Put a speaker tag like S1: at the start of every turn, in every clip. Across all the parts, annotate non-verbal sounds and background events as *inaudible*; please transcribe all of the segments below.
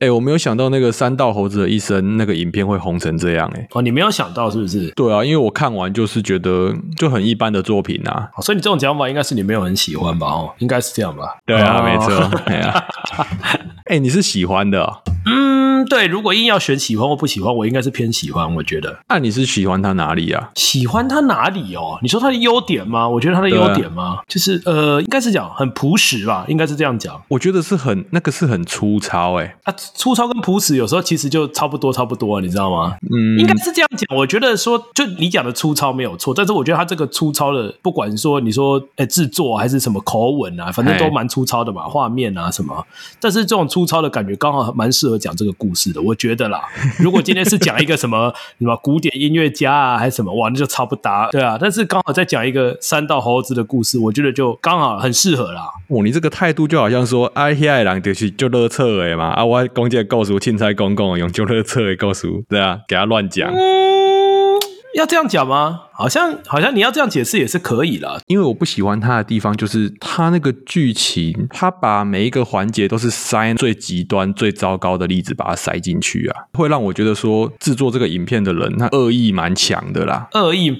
S1: 哎、我没有想到那个三道猴子的一生那个影片会红成这样、欸，哎，
S2: 哦，你没有想到是不是？
S1: 对啊，因为我看完就是觉得就很一般的作品啊。
S2: 哦所以你这种讲法应该是你没有很喜欢吧？哦，应该是这样吧？
S1: 对啊，
S2: 哦
S1: 没错，哎呀、哎、你是喜欢的、哦，
S2: 嗯，对，如果硬要选喜欢或不喜欢，我应该是偏喜欢。我觉得
S1: 那、啊你是喜欢他哪里啊？
S2: 喜欢他哪里哦？你说他的优点吗？我觉得他的优点吗？就是呃，应该是讲很朴实吧，应该是这样讲。
S1: 我觉得是很那个是很粗糙、欸，哎，
S2: 啊，粗糙跟朴实有时候其实就差不多，差不多，啊你知道吗？
S1: 嗯
S2: 应该是这样讲。我觉得说，就你讲的粗糙没有错，但是我觉得他这个粗糙的，不管说你说哎制作还是什么口吻啊，反正都
S1: 嘿
S2: 蛮粗糙的嘛，画面啊什么。但是这种粗糙的感觉刚好蛮适合讲这个故事的，我觉得啦。如果今天是讲一个什么什么古典音乐家啊，还是什么，哇，那就超不搭，对啊。但是刚好在讲一个三道猴子的故事，我觉得就刚好很适合啦。
S1: 哦，你这个态度就好像说，啊，遐个人就是就乐色的嘛，啊，我讲这个故事，凊彩讲讲的，用就乐色的故事，对啊，给他乱讲。
S2: 嗯，要这样讲吗？好像好像你要这样解释也是可以啦。
S1: 因为我不喜欢他的地方就是他那个剧情，他把每一个环节都是塞最极端、最糟糕的例子，把它塞进去啊，会让我觉得说制作这个影片的人他恶意蛮强的啦。
S2: 恶意。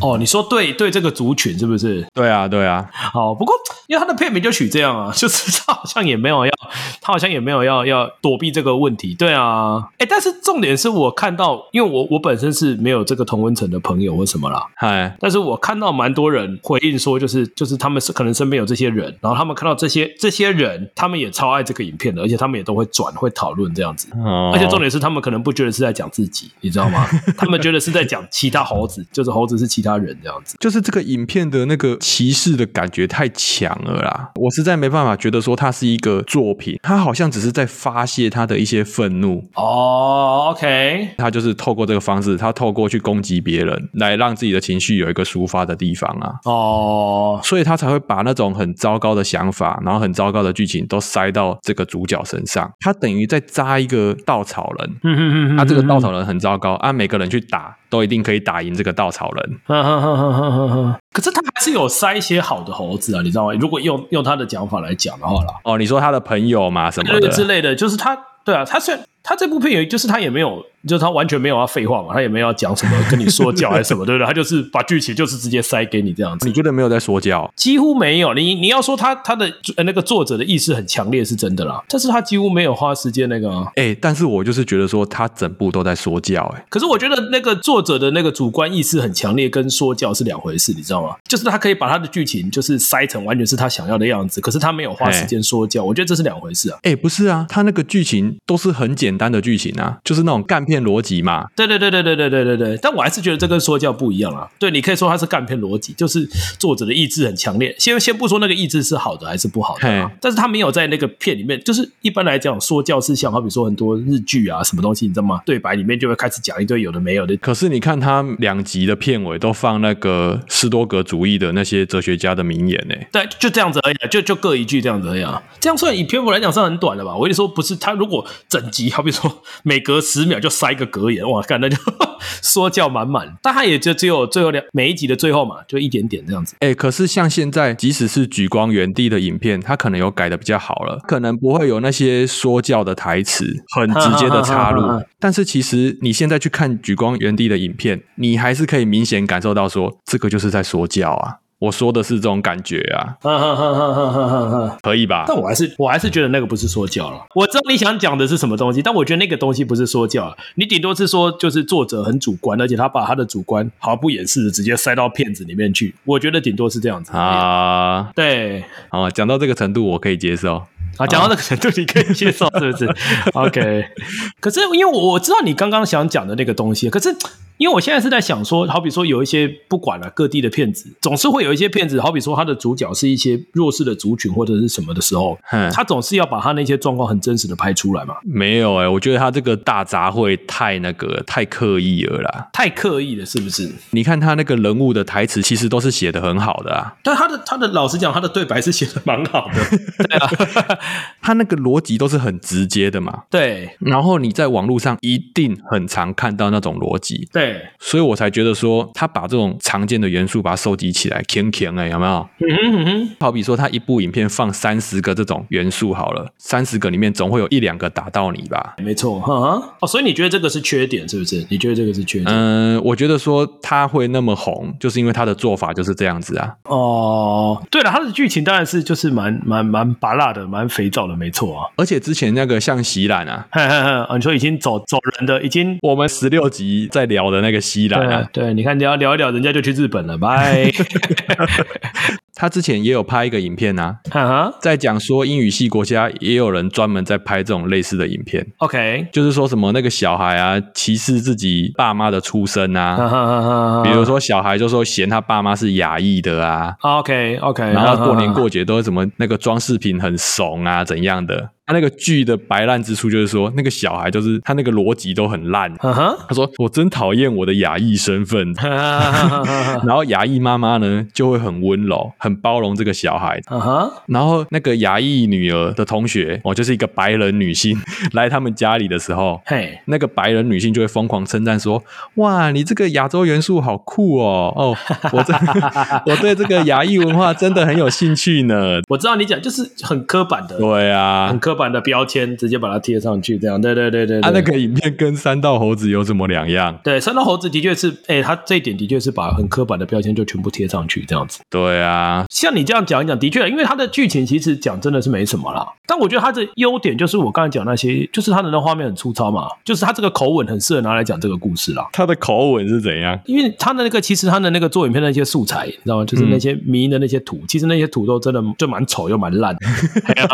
S2: 哦，你说对对，这个族群是不是？
S1: 对啊，对啊，
S2: 好，不过因为他的片名就取这样啊， *laughs* 就是他好像也没有要，他好像也没有要要躲避这个问题。对啊，哎，但是重点是我看到，因为我我本身是没有这个同温层的朋友或什么啦。
S1: 嗨，
S2: 但是我看到蛮多人回应说，就是就是他们是可能身边有这些人，然后他们看到这些这些人，他们也超爱这个影片的，而且他们也都会转会讨论这样子。
S1: 哦
S2: 而且重点是，他们可能不觉得是在讲自己，你知道 *laughs* 吗？他们觉得是在讲其他猴子，就是猴子是其他人这样子。
S1: 就是这个影片的那个歧视的感觉太强了啦，我实在没办法觉得说它是一个作品，它好像只是在发泄他的一些愤怒，
S2: 哦，OK，
S1: 他就是透过这个方式，他透过去攻击别人，来让自己的情绪有一个抒发的地方啊。
S2: 哦，
S1: 所以他才会把那种很糟糕的想法，然后很糟糕的剧情都塞到这个主角身上。他等于在扎一个稻草人，
S2: 嗯嗯嗯，
S1: 啊，这个稻草人很糟糕，啊，每个人去打都一定可以打赢这个稻草人。
S2: 哼，哼哼哼哼哼哼可是他还是有塞一些好的猴子啊，你知道吗？如果用用他的讲法来讲的话啦，
S1: 哦，你说他的朋友嘛什么
S2: 对
S1: 的，
S2: 之类的，就是他，对啊，他虽然他这部片也就是他也没有，就是他完全没有要废话嘛，他也没有要讲什么跟你说教还是什 *laughs* 么，对不对？他就是把剧情就是直接塞给你这样子。
S1: 你觉得没有在说教？
S2: 几乎没有。你你要说他他的呃那个作者的意识很强烈是真的啦，但是他几乎没有花时间那个、啊。
S1: 哎、但是我就是觉得说他整部都在说教、哎，
S2: 可是我觉得那个作者的那个主观意识很强烈，跟说教是两回事，你知道吗？就是他可以把他的剧情就是塞成完全是他想要的样子，可是他没有花时间说教，我觉得这是两回事啊。
S1: 哎、不是啊，他那个剧情都是很简单的剧情啊，就是那种干片逻辑嘛，
S2: 对对对对对对对对对，但我还是觉得这跟说教不一样啊。对，你可以说它是干片逻辑，就是作者的意志很强烈。先先不说那个意志是好的还是不好的、啊
S1: 嘿，
S2: 但是他没有在那个片里面，就是一般来讲说教是像好比说很多日剧啊什么东西，你知道吗？对白里面就会开始讲一堆有的没有的。
S1: 可是你看他两集的片尾都放那个斯多格主义的那些哲学家的名言哎呢、
S2: 对，就这样子而已啊，就就各一句这样子而已啊。这样算以篇幅来讲算很短了吧？我跟你说，不是他如果整集，好比说每隔十秒就塞一个格言，哇，干那就 *laughs* 说教满满。但他也就只有最后两每一集的最后嘛，就一点点这样子。
S1: 哎、可是像现在，即使是举光原地的影片，它可能有改的比较好了，可能不会有那些说教的台词很直接的插
S2: 哈哈哈
S1: 入
S2: 哈。
S1: 但是其实你现在去看举光原地的影片，你还是可以明显感受到说，这个就是在说教啊。我说的是这种感觉啊，
S2: 哈哈哈哈哈哈哈哈！
S1: 可以吧？
S2: 但我还是我还是觉得那个不是说教了。我知道你想讲的是什么东西，但我觉得那个东西不是说教啊，你顶多是说就是作者很主观，而且他把他的主观毫不掩饰的直接塞到片子里面去。我觉得顶多是这样子。
S1: 啊，
S2: 对，
S1: 好，讲到这个程度，我可以接受。
S2: 啊，讲到这个程度，你可以接受是不 *laughs* 是？OK。可是因为我我知道你刚刚想讲的那个东西，可是因为我现在是在想说，好比说有一些不管了、各地的骗子，总是会有一些骗子，好比说他的主角是一些弱势的族群或者是什么的时候，
S1: 哼，
S2: 他总是要把他那些状况很真实的拍出来嘛，
S1: 没有哎、我觉得他这个大杂烩太那个太刻意了啦。
S2: 太刻意了，是不是？
S1: 你看他那个人物的台词，其实都是写的很好的啊，
S2: 但他的他的老实讲，他的对白是写的蛮好的，对啊，
S1: *laughs* 他那个逻辑都是很直接的嘛。
S2: *laughs* 对
S1: 然后你在网络上一定很常看到那种逻辑，
S2: 对对，
S1: 所以我才觉得说，他把这种常见的元素把它收集起来，钳钳哎，有没有？
S2: 嗯哼嗯哼，
S1: 好比说，他一部影片放三十个这种元素好了，三十个里面总会有一两个打到你吧？
S2: 没错，哈哈。哦，所以你觉得这个是缺点是不是？你觉得这个是缺点？
S1: 嗯，我觉得说他会那么红，就是因为他的做法就是这样子啊。
S2: 哦，对了，它的剧情当然是就是蛮蛮蛮拔辣的，蛮肥皂的，没错啊。
S1: 而且之前那个像席兰啊，
S2: 哼哼哼，啊你说已经走走人的，已经
S1: 我们十六集在聊的那个席兰啊，
S2: 对对，你看聊聊一聊，人家就去日本了， *laughs* 拜。
S1: 他之前也有拍一个影片啊，
S2: 哈哈
S1: 在讲说英语系国家也有人专门在拍这种类似的影片，
S2: ，OK，
S1: 就是说什么那个小孩啊歧视自己爸妈的出身啊，
S2: 哈哈哈哈哈。
S1: 比如说小孩就说嫌他爸妈是亚裔的啊，
S2: ，OK OK，
S1: 然后过年过节都怎么那个装饰品很怂啊怎样的。他那个剧的白烂之处就是说，那个小孩就是他那个逻辑都很烂。
S2: 哈哈
S1: 他说：“我真讨厌我的亚裔身
S2: *laughs*
S1: 份。”
S2: 哈哈
S1: 然后牙医妈妈呢就会很温柔、很包容这个小孩。
S2: 哈哈，
S1: 然后那个牙医女儿的同学，哦，就是一个白人女性来他们家里的时候，
S2: 嘿，
S1: 那个白人女性就会疯狂称赞说：“哇，你这个亚洲元素好酷哦！哦，我这 *laughs* 我对这个牙医文化真的很有兴趣呢。
S2: 我知道你讲就是很刻板”的，
S1: 对
S2: 很
S1: 啊，
S2: 刻板的标签，直接把它贴上去，这样，对对对对
S1: 啊，
S2: 对
S1: 那个影片跟三道猴子有什么两样？
S2: 对，三道猴子的确是，哎、他这一点的确是把很刻板的标签就全部贴上去，这样子。
S1: 对啊，
S2: 像你这样讲一讲，的确，因为它的剧情其实讲真的是没什么啦。但我觉得它的优点就是我刚才讲那些，就是它的那画面很粗糙嘛，就是它这个口吻很适合拿来讲这个故事啦。
S1: 他的口吻是怎样？
S2: 因为他的那个，其实他的那个做影片的那些素材，你知道吗？就是那些迷的那些图，其实那些图都真的就蛮丑又蛮烂的。 *laughs* 哎呀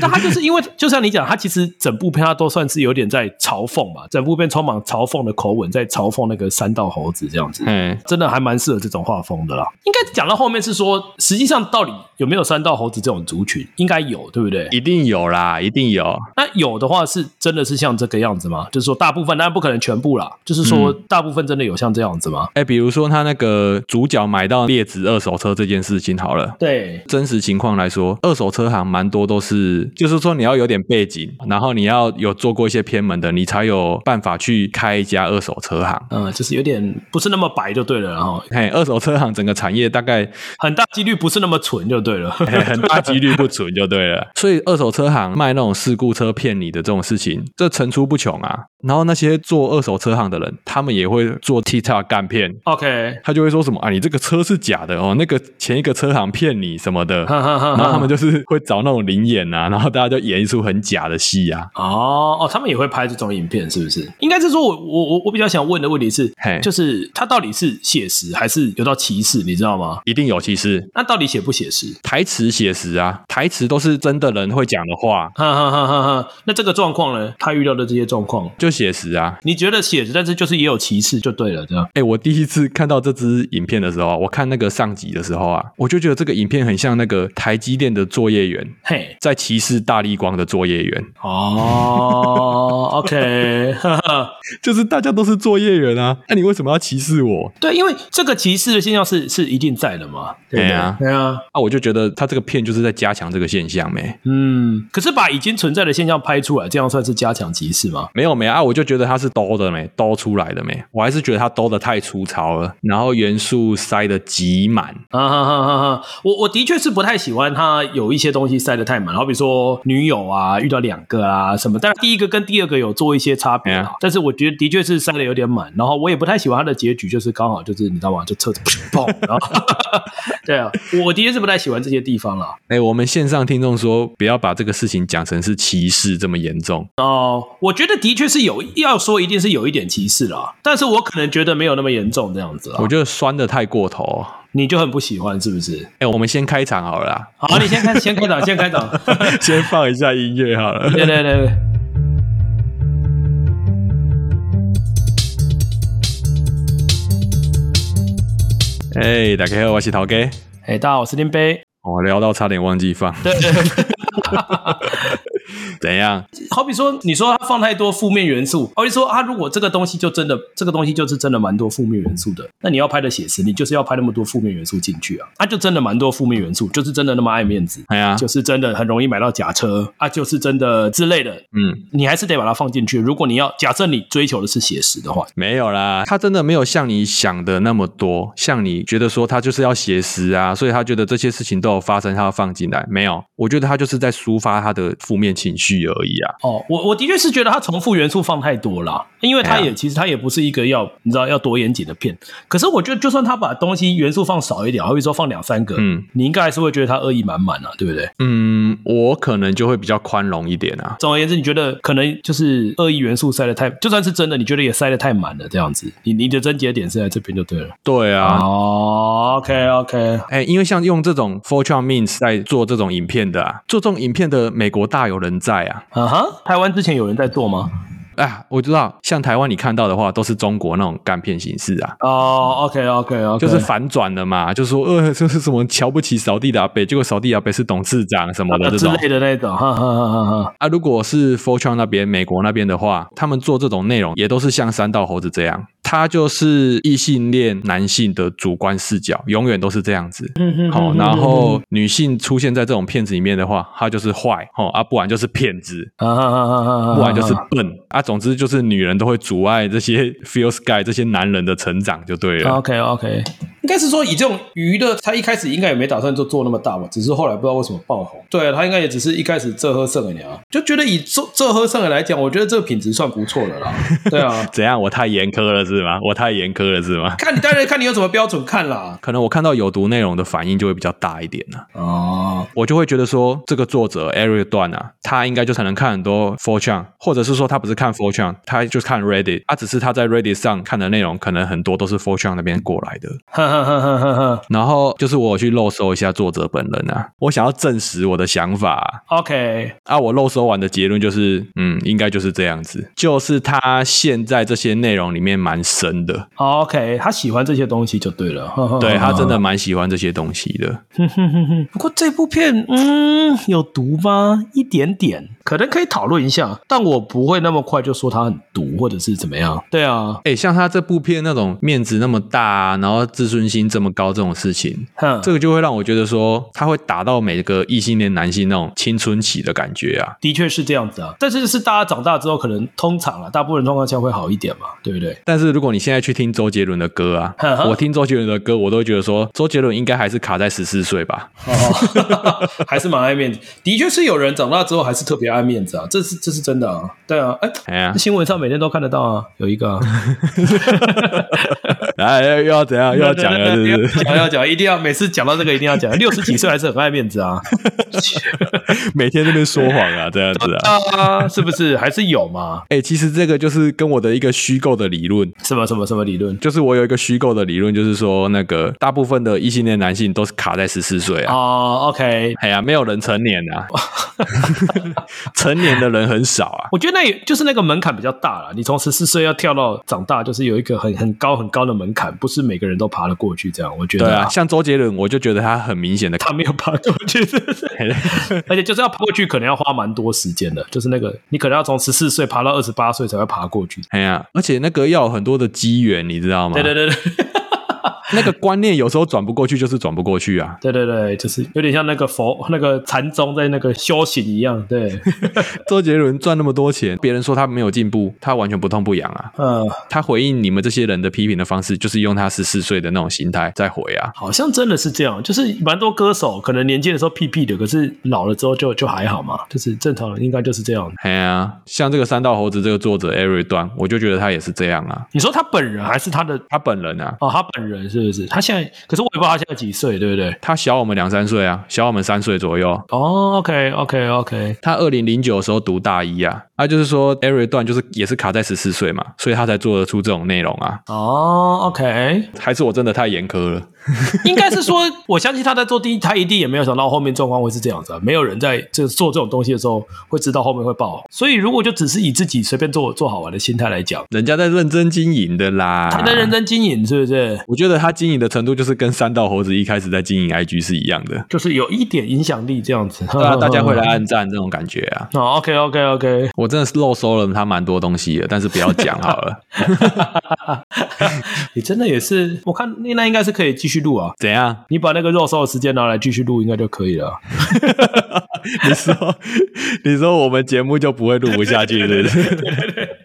S2: 但他就是因为，就像你讲，他其实整部片他都算是有点在嘲讽嘛，整部片充满嘲讽的口吻，在嘲讽那个三道猴子这样子。
S1: 嗯，
S2: 真的还蛮适合这种画风的啦。应该讲到后面是说，实际上到底有没有三道猴子这种族群，应该有，对不对？
S1: 一定有啦，一定有。
S2: 那有的话是真的是像这个样子吗？就是说大部分，当然不可能全部啦，就是说大部分真的有像这样子吗？
S1: 哎，比如说他那个主角买到劣质二手车这件事情好了。
S2: 对，
S1: 真实情况来说，二手车行蛮多都是，就是说你要有点背景，然后你要有做过一些偏门的，你才有办法去开一家二手车行。
S2: 嗯、就是有点不是那么白就对了啦，然后
S1: 嘿，二手车行整个产业大概、
S2: 很大几率不是那么纯就对了。 *laughs*
S1: 嘿很大几率不准就对了，所以二手车行卖那种事故车骗你的这种事情，这层出不穷啊。然后那些做二手车行的人，他们也会做 TikTok 干片，
S2: OK， *laughs*
S1: 他就会说什么啊，你这个车是假的哦，那个前一个车行骗你什么的，
S2: 哈哈哈
S1: *laughs* 然后他
S2: 哈。
S1: 们就是会找那种灵演啊， *laughs* 然后大家就演一出很假的戏啊。
S2: 哦哦，他们也会拍这种影片，是不是？应该是说我我我我比较想问的问题是
S1: 嘿，
S2: 就是它到底是写实还是有到歧视，你知道吗？
S1: 一定有其实
S2: 那到底写不写实？
S1: 台词写实啊，台词都是真的人会讲的话，
S2: 哈哈哈哈哈！那这个状况呢？他遇到的这些状况，
S1: 就写实啊。
S2: 你觉得写实，但是就是也有歧视，就对了，这样。
S1: 哎、我第一次看到这支影片的时候啊，我看那个上集的时候啊，我就觉得这个影片很像那个台积电的作业员
S2: 嘿，
S1: 在歧视大力光的作业员，
S2: 哦，OK，哈 *laughs* 哈，
S1: 就是大家都是作业员啊，那、你为什么要歧视我
S2: 对，因为这个歧视的现象是是一定在的嘛，对不
S1: 对啊
S2: 对？对啊，
S1: 啊？我就觉得他这个片就是在加强这个现象没。
S2: 嗯，可是把已经存在的现象拍出来，这样算是加强歧视吗？
S1: 没有没啊，我就觉得它是兜的没，兜出来的没，我还是觉得它兜的太粗糙了，然后元素塞的极满。
S2: 啊哈哈哈！哈，我我的确是不太喜欢他有一些东西塞得太满，好比说女友啊，遇到两个啊什么，但第一个跟第二个有做一些差别啊
S1: Yeah.
S2: 但是我觉得的确是塞得有点满，然后我也不太喜欢他的结局，就是刚好就是你知道吗？就 *laughs* 车子砰，然后对啊，我的确是不太喜欢这些地方啦。
S1: 哎，我们线上听众说，不要把这个事情讲成是歧视这么严重。
S2: 哦，我觉得的确是有要说一定是有一点歧视啦，但是我可能觉得没有那么严重这样子啊
S1: 我，觉得酸的太过头哦。
S2: 你就很不喜欢是不是？
S1: 哎，我们先开场好了啦 *laughs*
S2: 好，你先开先开场，先开场。
S1: 先放一下音乐好了。
S2: *laughs* 对对对对。
S1: 哎，大家好，我是陶哥。
S2: 哎，大家好，我是林杯。
S1: 哦我聊到差点忘记放，
S2: 对，
S1: *laughs* 怎样？
S2: 好比说，你说它放太多负面元素，好比说啊，如果这个东西就真的，这个东西就是真的蛮多负面元素的，那你要拍的写实，你就是要拍那么多负面元素进去啊，啊，就真的蛮多负面元素，就是真的那么爱面子，
S1: 哎呀，
S2: 就是真的很容易买到假车啊，就是真的之类的，
S1: 嗯，
S2: 你还是得把它放进去。如果你要假设你追求的是写实的话，
S1: 没有啦，他真的没有像你想的那么多，像你觉得说他就是要写实啊，所以他觉得这些事情都有发生，他要放进来。没有，我觉得他就是在抒发他的负面情绪而已啊。
S2: 哦，我我的确是觉得它重复元素放太多了，因为它
S1: 哎
S2: 也、
S1: 呀
S2: 其实它也不是一个要你知道要多严谨的片。可是我觉得，就算他把东西元素放少一点，好比说放两三个，
S1: 嗯，
S2: 你应该还是会觉得他恶意满满啊，对不对？
S1: 嗯，我可能就会比较宽容一点啊。
S2: 总而言之，你觉得可能就是恶意元素塞的太，就算是真的，你觉得也塞的太满了，这样子，你你的症结点是在这边就对了。
S1: 对啊，
S2: 哦，OK OK，
S1: 哎、因为像用这种 Fortune Means 在做这种影片的啊，做这种影片的美国大有人在啊。
S2: 啊哈，台湾之前有人在做吗？
S1: 啊，我知道，像台湾你看到的话，都是中国那种干片形式啊。
S2: 哦，OK 啊 OK OK，
S1: 就是反转的嘛，就说呃，这是什么瞧不起扫地的阿北，结果扫地阿北是董事长什么的这
S2: 呃之
S1: 种
S2: 类的那种，哈哈哈哈哈。
S1: 啊。如果是 Fortune 那边美国那边的话，他们做这种内容也都是像三道猴子这样，他就是异性恋男性的主观视角，永远都是这样子。
S2: 嗯
S1: 好、然后女性出现在这种片子里面的话，她就是坏哦啊，不然就是骗子，
S2: *laughs* 啊哈哈哈哈哈，
S1: 不然就是
S2: 嗯
S1: 笨啊。总之就是女人都会阻碍这些 *laughs* Feel Sky 这些男人的成长就对了。，
S2: OK OK，应该是说以这种娱乐，他一开始应该也没打算就做那么大嘛，只是后来不知道为什么爆红。对啊，他应该也只是一开始这喝剩而已啊，就觉得以这这喝剩而来讲，我觉得这个品质算不错的啦。对啊
S1: *laughs* 怎样？我太严苛了是吗？我太严苛了是吗？
S2: 看你当然看你有什么标准看啦。
S1: 可能我看到有毒内容的反应就会比较大一点呢、
S2: 哦，
S1: 我就会觉得说，这个作者 Ariel 段啊，他应该就才能看很多 Four Chan，或者是说他不是看 Four Chan，他就看 Reddit，他、只啊是他在 Reddit 上看的内容，可能很多都是 Four Chan 那边过来的。
S2: 哈哈哈哈哈哈。
S1: 然后就是我有去漏搜一下作者本人啊，我想要证实我的想法啊、
S2: OK，
S1: 啊，我漏搜完的结论就是，嗯，应该就是这样子，就是他现在这些内容里面蛮深的，
S2: 好 OK，他喜欢这些东西就对了。呵呵
S1: 对
S2: 呵
S1: 他真的
S2: 呵
S1: 蛮喜欢这些东西的。
S2: 不过这部片，嗯，有毒吗？一点点，可能可以讨论一下，但我不会那么快就说它很毒，或者是怎么样。对啊，
S1: 哎、像他这部片那种面子那么大、啊，然后自尊心这么高这种事情，
S2: 哼，
S1: 这个就会让我觉得说，他会打到每个异性恋男性那种青春期的感觉啊。
S2: 的确是这样子啊，但是是大家长大之后，可能通常啊，大部分人状况下会好一点嘛，对不对？
S1: 但是如果你现在去听周杰伦的歌啊
S2: 呵，呵
S1: 我听周杰伦的歌，我都会觉得说，周杰伦应该还是卡在十四岁吧。
S2: 哦， *laughs* 还是蛮爱面子，的确是有人长大之后还是特别爱面子啊，这是这是真的啊，对啊，哎，，
S1: 哎呀
S2: 新闻上每天都看得到啊，有一个、啊、
S1: 哎，又要怎 *laughs* 样？又要讲了，是不 *laughs* 是？
S2: 讲 *laughs* 要讲，一定要每次讲到这个一定要讲，六十几岁还是很爱面
S1: *laughs*
S2: 子啊，
S1: 每天这边说谎啊，这样子啊。
S2: 啊，是不是还是有嘛？
S1: 哎、其实这个就是跟我的一个虚构的理论，
S2: 什么什么什么理论？
S1: 就是我有一个虚构的理论，就是说那个大部分的异性恋男性都是卡在十四岁啊。
S2: 哦，OK，
S1: 哎呀，没有人成年啊，成年的人很少啊。
S2: 我觉得那也就是那个门槛比较大了，你从十四岁要跳到长大，就是有一个很很高很高的门槛，不是每个人都爬得过去。这样，我觉
S1: 对
S2: 得
S1: 啊，像周杰伦，我就觉得他很明显的，
S2: *laughs* 他没有爬过去，是不是 *laughs* 而且就是要爬过去，可能要花蛮多时间的，就是那个你可能要从十四岁爬到二十八岁才会爬过去。
S1: *laughs* 哎呀，而且那个要有很多的机缘，你知道吗？
S2: 对对对对
S1: 那个观念有时候转不过去，就是转不过去啊。
S2: *laughs* 对对对，就是有点像那个佛那个禅宗在那个修行一样。对，
S1: 周杰伦赚那么多钱，别人说他没有进步，他完全不痛不痒啊。
S2: 嗯，
S1: 他回应你们这些人的批评的方式，就是用他十四岁的那种心态在回啊。
S2: 好像真的是这样，就是蛮多歌手可能年轻的时候屁屁的，可是老了之后就就还好嘛，就是正常人应该就是这样。
S1: 哎呀，像这个三道猴子这个作者 Eric 段，我就觉得他也是这样啊，
S2: 你说他本人还是他的
S1: 他本人啊。
S2: 哦，他本人是不是？他现在，可是我也不知道他现在几岁，对不对？
S1: 他小我们两三岁啊，小我们三岁左右。
S2: 哦，OK，OK，OK，
S1: 他二零零九的时候读大一啊，啊，就是说 Eric 段就是也是卡在十四岁嘛，所以他才做得出这种内容啊。
S2: 哦，OK， *laughs*
S1: 还是我真的太严苛了？
S2: 应该是说，我相信他在做第一，他一定也没有想到后面状况会是这样子啊。没有人在这做这种东西的时候会知道后面会爆，所以如果就只是以自己随便做做好玩的心态来讲，
S1: 人家在认真经营的啦，
S2: 他在认。真经营，是不是？
S1: 我觉得他经营的程度就是跟三道猴子一开始在经营 IG 是一样的，
S2: 就是有一点影响力这样子，
S1: 对啊，大家会
S2: 嗯
S1: 来按赞这种感觉啊。
S2: *laughs* 哦，OK，OK，OK。
S1: 我真的是漏收了他蛮多东西的，但是不要讲好了。
S2: 你真的也是，我看那那应该是可以继续录啊。
S1: 怎样？
S2: 你把那个肉收的时间拿来继续录，应该就可以了啊。
S1: 你说，你说我们节目就不会录不下去，是不是？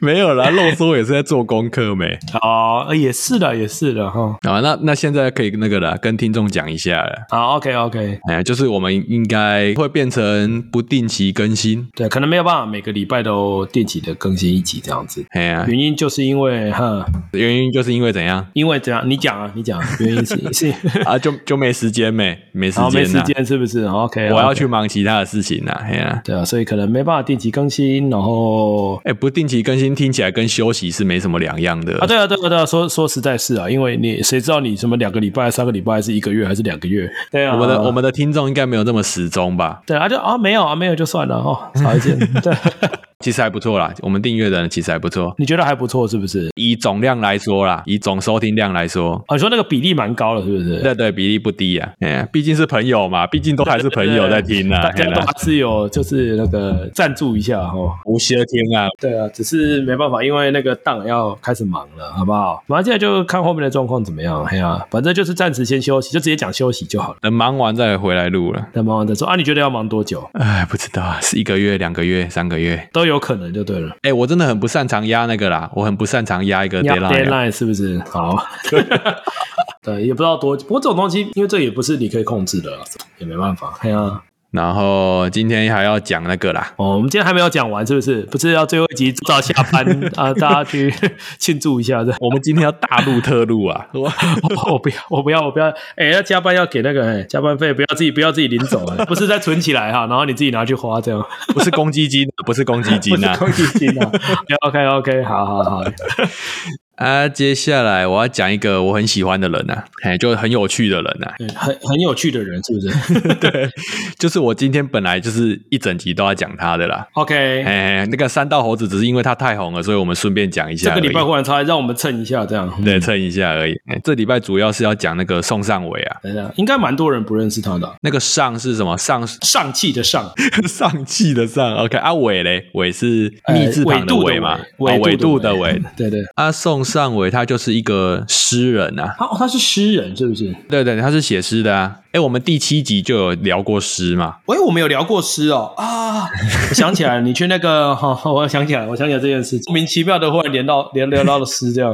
S1: 没有啦，漏收也是在做功课没。
S2: 哦，也是的，也是的哈。
S1: 啊，那那现在可以那个了，跟听众讲一下了。
S2: 好，OK，OK。啊
S1: 哎呀，就是我们应该会变成不定期更新。
S2: 对，可能没有办法每个礼拜都定期的更新一集这样子，
S1: 哎呀，
S2: 原因就是因为哈，
S1: 原因就是因为怎样
S2: 因为怎样？你讲啊，你讲啊，原因 *laughs* 是是，
S1: 啊？就就没时间没，没时
S2: 然后哦没
S1: 间
S2: 时
S1: 呐、
S2: 间是不是？OK，
S1: 我要
S2: OK
S1: 去忙其他的事情呐、啊。哎呀，
S2: 对啊，所以可能没办法定期更新，然后。
S1: 哎，不定期更新听起来跟休息是没什么两样的
S2: 啊，对啊，对啊，对啊，说说实在是啊，因为你谁知道你什么两个礼拜、三个礼拜，还是一个月，还是两个月？对啊，
S1: 我们的我们的听众应该没有那么时钟吧？
S2: 对啊，就啊没有啊没有就算了哦，少一 *laughs* 件。对，
S1: 其实还不错啦，我们订阅的人其实还不错。
S2: 你觉得还不错是不是？
S1: 以总量来说啦，以总收听量来说，
S2: 啊，你说那个比例蛮高的，是不是？
S1: 对对，比例不低啊。哎呀，毕竟是朋友嘛，毕竟都还是朋友在听呐、
S2: 大
S1: 啊。
S2: 家都
S1: 哎呀
S2: 还是有就是那个赞助一下哦。
S1: 无邪听啊，
S2: 对啊，只是没办法，因为那个档要开始忙了，好不好？马上现在就看后面的状况怎么样。哎呀、反正就是暂时先休息，就直接讲休息就好了。
S1: 等忙完再回来录了。
S2: 那忙完再说啊，你觉得要忙多久
S1: 哎，不知道啊，是一个月、两个月、三个月。
S2: 都有可能就对了。
S1: 哎、我真的很不擅长压那个啦，我很不擅长压一个
S2: 你要
S1: deadline 啊。
S2: 是不是？ *laughs* 好，对，也不知道多久，不过这种东西，因为这也不是你可以控制的啦，也没办法。哎呀、
S1: 然后今天还要讲那个啦，
S2: 哦，我们今天还没有讲完，是不是？不是要最后一集早下班 *laughs* 啊，大家去庆祝一下的。
S1: 我们今天要大录特录
S2: *laughs*
S1: 啊！我
S2: 我我不要，我不要，我不要！哎、要加班要给那个、哎加班费，不要自己不要自己领走、哎不是再存起来哈、然后你自己拿去花这样，
S1: 不是公积金，不是公积
S2: 不
S1: 金
S2: 是
S1: 啊！
S2: 公积 *laughs* 金啊。OK OK，好好好，
S1: 啊，接下来我要讲一个我很喜欢的人啊，哎，就很有趣的人啊，
S2: 嗯很很有趣的人是不是
S1: 对，就是我今天本来就是一整集都要讲他的啦。
S2: ？OK，
S1: 哎，那个三道猴子只是因为他太红了，所以我们顺便讲一
S2: 这
S1: 下而
S2: 个
S1: 已。
S2: 礼拜忽然差，让我们蹭一下这样。
S1: 对，蹭一下而已。哎这礼拜主要是要讲那个宋尚伟啊，
S2: 等一下，应该蛮多人不认识他的啊、
S1: 那个尚是什 *laughs* 么？尚
S2: 上气的上，
S1: 上气的上，OK 啊，伟嘞，伟是密字
S2: 呃
S1: 旁
S2: 纬
S1: 的
S2: 度
S1: 伟嘛，
S2: 纬
S1: 啊纬度
S2: 的
S1: 的
S2: 纬
S1: 纬。，
S2: 嗯对对，
S1: 啊，宋尚伟他就是一个诗人啊，
S2: 他哦他是诗人是不是？
S1: 对对，他是写诗的啊。哎，我们第七集就有聊过诗嘛，
S2: 喂，哎我们有聊过诗哦啊！我想起来了，你去那个 *laughs* 哈、我想起来了，我想起来这件事，莫名其妙的忽然连到连聊到了诗这样，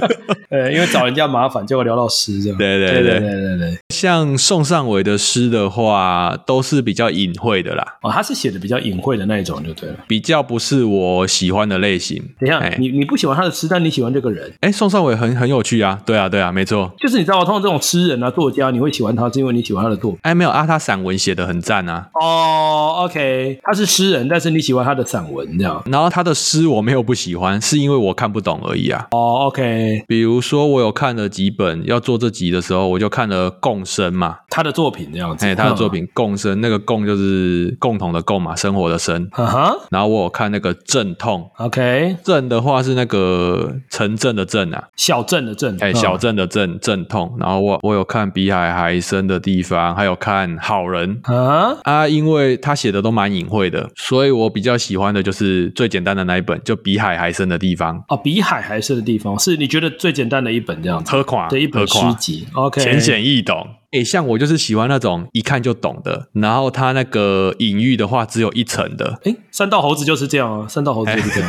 S2: *laughs* 呃，因为找人家麻烦，结果聊到诗这样。
S1: 对
S2: 对
S1: 对对
S2: 对对对，
S1: 像宋尚伟的诗的话，都是比较隐晦的啦，
S2: 哦，他是写的比较隐晦的那一种就对了。
S1: 比较不是我喜欢的类型。
S2: 等一下
S1: 哎，
S2: 你你不喜欢他的诗，但你喜欢这个人，
S1: 哎，宋尚伟很很有趣啊，对啊对啊，没错。
S2: 就是你知道吗？通常这种诗人啊、作家，你会喜欢他，是因为你喜欢他的作品。
S1: 哎，没有啊，他散文写的很赞啊。
S2: 哦，OK，他是诗人，但是你喜欢他的散文这样。
S1: 然后他的诗我没有不喜欢，是因为我看不懂而已啊。
S2: 哦，OK，
S1: 比如说，我有看了几本，要做这集的时候，我就看了《共生》嘛，
S2: 他的作品这样子。嗯
S1: 哎，他的作品《共生》，那个“共”就是共同的“共”嘛，生活的“生
S2: 嗯。啊哈”。
S1: 然后我有看那个《阵痛》，
S2: ，OK，
S1: 阵的话是那个城镇的镇啊，
S2: 小镇的镇，
S1: 哎，
S2: 嗯
S1: 小镇的镇，阵痛。然后我我有看《比海还深的地方》，还有看《好人》
S2: 啊，
S1: 啊，因为他写的都蛮隐晦的，所以我比较喜欢的就是最简单的那一本，就《比海还深的地方》，
S2: 哦，比海还深的地方是你觉得最简单的一本这样子
S1: 何况
S2: 的一本诗集，OK，。
S1: 浅显易懂。诶，像我就是喜欢那种一看就懂的，然后它那个隐喻的话只有一层的
S2: 哎，三道猴子就是这样啊，三道猴子就是这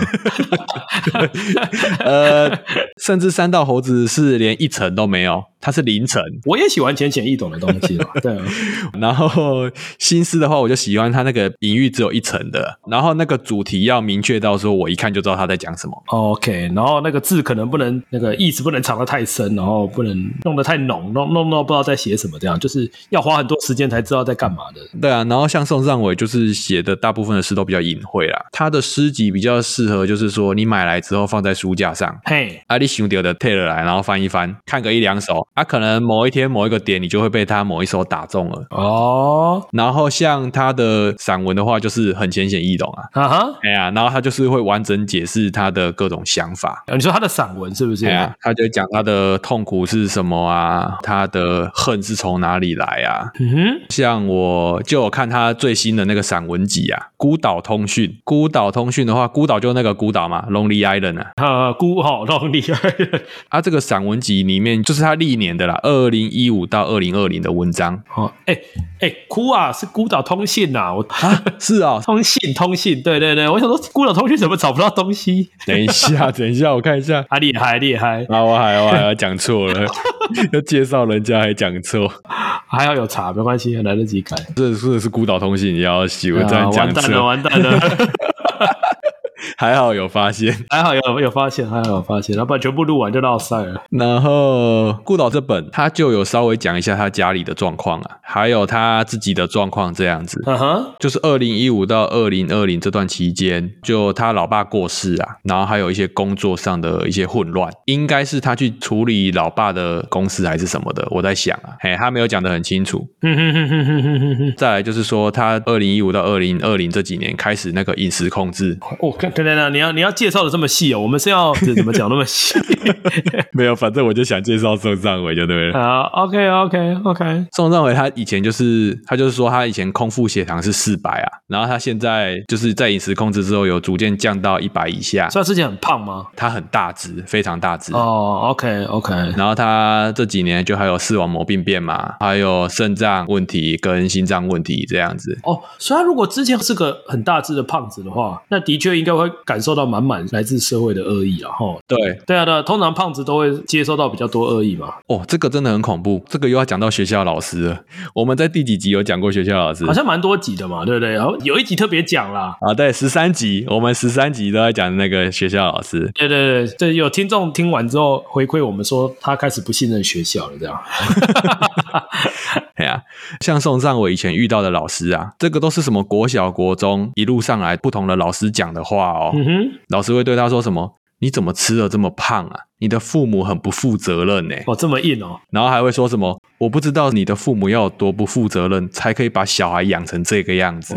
S1: 哎
S2: 样。
S1: 呃，甚至三道猴子是连一层都没有，它是零层。
S2: 我也喜欢浅显易懂的东西啦，对啊，
S1: 然后心思的话，我就喜欢它那个隐喻只有一层的，然后那个主题要明确到说我一看就知道他在讲什么。
S2: OK，然后那个字可能不能那个意思不能藏得太深，然后不能弄得太浓，弄弄到不知道在写什么么这样，就是要花很多时间才知道在干嘛的。
S1: 对啊，然后像宋尚伟就是写的大部分的诗都比较隐晦啦，他的诗集比较适合就是说你买来之后放在书架上，
S2: 嘿，
S1: 啊你想到的 take 来，然后翻一翻，看个一两首，啊可能某一天某一个点你就会被他某一首打中了。
S2: 哦，
S1: 然后像他的散文的话，就是很浅显易懂啊，
S2: 啊哈，
S1: 哎呀，然后他就是会完整解释他的各种想法。
S2: 呃你说他的散文是不是？
S1: 对啊，他就讲他的痛苦是什么啊，他的恨是从哪里来啊，
S2: 嗯哼，
S1: 像我就有看他最新的那个散文集啊，《孤岛通讯》。《孤岛通讯》的话，孤岛就那个孤岛嘛，Lonely Island 啊。
S2: 呃，孤好让厉害，
S1: 啊，这个散文集里面就是他历年的啦，二零一五到二零二零的文章
S2: *laughs* 哦，哎哎，哭啊，是孤岛通信呐、我
S1: 啊。是啊、哦，
S2: 通信通信，对对对，我想说孤岛通讯怎么找不到东西？
S1: *laughs* 等一下，等一下，我看一下。
S2: 啊，厉害厉害，
S1: 啊，我还我还要讲错了，要介绍人家还讲错，
S2: 还要有查，没关系，还来得及改。
S1: 这这是孤岛通信也要洗，我这
S2: 啊
S1: 样讲
S2: 完蛋了，
S1: 错，
S2: 完蛋了！
S1: 还好有发现。
S2: 还好有有发现，还好有发现，要不然全部录完就落赛
S1: *laughs*
S2: 了。
S1: *laughs* 然后顾导这本他就有稍微讲一下他家里的状况啊，还有他自己的状况这样子。
S2: 嗯哼，
S1: 就是二零一五到二零二零这段期间，就他老爸过世啊，然后还有一些工作上的一些混乱，应该是他去处理老爸的公司还是什么的，我在想啊，嘿，他没有讲得很清楚。
S2: 哼哼哼哼哼哼哼
S1: 再来就是说，他二零一五到二零二零这几年开始那个饮食控制，
S2: 哼。 *laughs* 哦，等等等，你要你要介绍的这么细哦，我们是要是怎么讲那么细
S1: *laughs*
S2: *laughs*
S1: 没有，反正我就想介绍宋尚伟就对了。
S2: 啊？OK OK OK，
S1: 宋尚伟他以前就是，他就是说他以前空腹血糖是四百啊，然后他现在就是在饮食控制之后有逐渐降到一百以下，
S2: 所以他之前很胖吗？
S1: 他很大只，非常大只。
S2: 哦，OK OK，
S1: 然后他这几年就还有视网膜病变嘛，还有肾脏问题跟心脏问题这样子。
S2: 哦，所以他如果之前是个很大只的胖子的话，那的确应该会感受到满满来自社会的恶意啊！哈，
S1: 对，
S2: 对啊，对啊，通常胖子都会接受到比较多恶意嘛，
S1: 哦，这个真的很恐怖，这个又要讲到学校老师了。我们在第几集有讲过学校老师？
S2: 好像蛮多集的嘛，对不对？然后有一集特别讲啦，
S1: 啊，对，十三集，我们十三集都在讲那个学校老师。
S2: 对对对对，有听众听完之后回馈我们说，他开始不信任学校了，这样。
S1: 哎呀、像宋尚伟以前遇到的老师啊，这个都是什么国小、国中一路上来不同的老师讲的话哦。
S2: 嗯哼，
S1: 老师会对他说什么？你怎么吃的这么胖啊？你的父母很不负责任呢、
S2: 哦，这么硬哦，
S1: 然后还会说什么？我不知道你的父母要有多不负责任，才可以把小孩养成这个样子。